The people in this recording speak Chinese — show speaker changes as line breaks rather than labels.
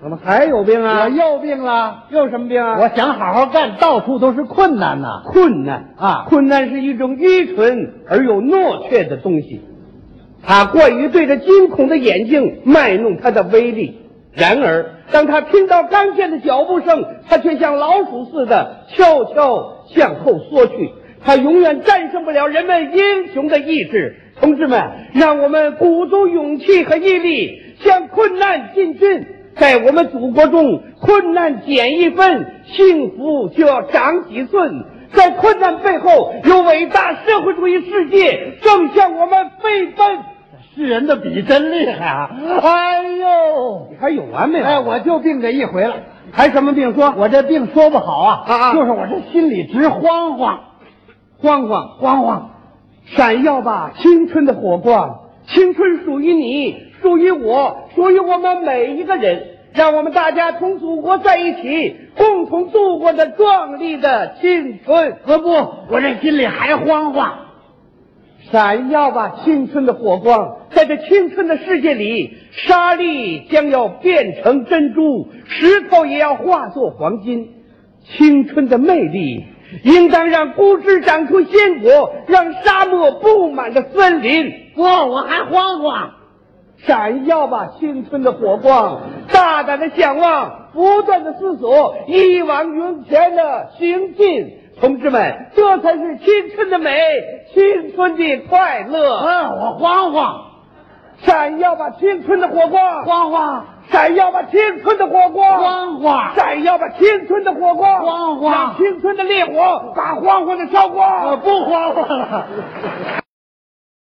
怎么还有病啊？
哦我又病了，
又什么病啊？
我想好好干，到处都是困难呐、
困难
啊
困难是一种愚蠢而又懦怯的东西，它惯于对着惊恐的眼睛卖弄它的威力。然而，当他听到干健的脚步声，他却像老鼠似的悄悄向后缩去。他永远战胜不了人们英雄的意志。同志们，让我们鼓足勇气和毅力，向困难进军。在我们祖国中，困难减一分，幸福就要长几寸。在困难背后，有伟大社会主义世界正向我们飞奔。
世人的笔真厉害啊！哎呦，
你还有完没完？
哎，我就病这一回了。
还什么病说？
我这病说不好啊，
啊啊
就是我这心里直慌慌
慌慌。
慌慌。
闪耀吧，青春的火光！青春属于你，属于我，属于我们每一个人。让我们大家同祖国在一起，共同度过这壮丽的青春。
可呃不，我这心里还慌慌。
闪耀吧，青春的火光！在这青春的世界里，沙粒将要变成珍珠，石头也要化作黄金。青春的魅力，应当让枯枝长出鲜果，让沙漠布满了森林。
不，我还慌慌。
闪耀吧，青春的火光！大胆的向往，不断的思索，一往云前的行进。同志们，这才是青春的美，青春的快乐！
嗯，我慌慌
闪耀吧，青春的火光！
哦慌慌
闪耀吧，青春的火光！
慌慌。
闪耀吧，青春的火光！
光华哦呃
让青春的烈火把黄昏的烧光！
我不慌慌了。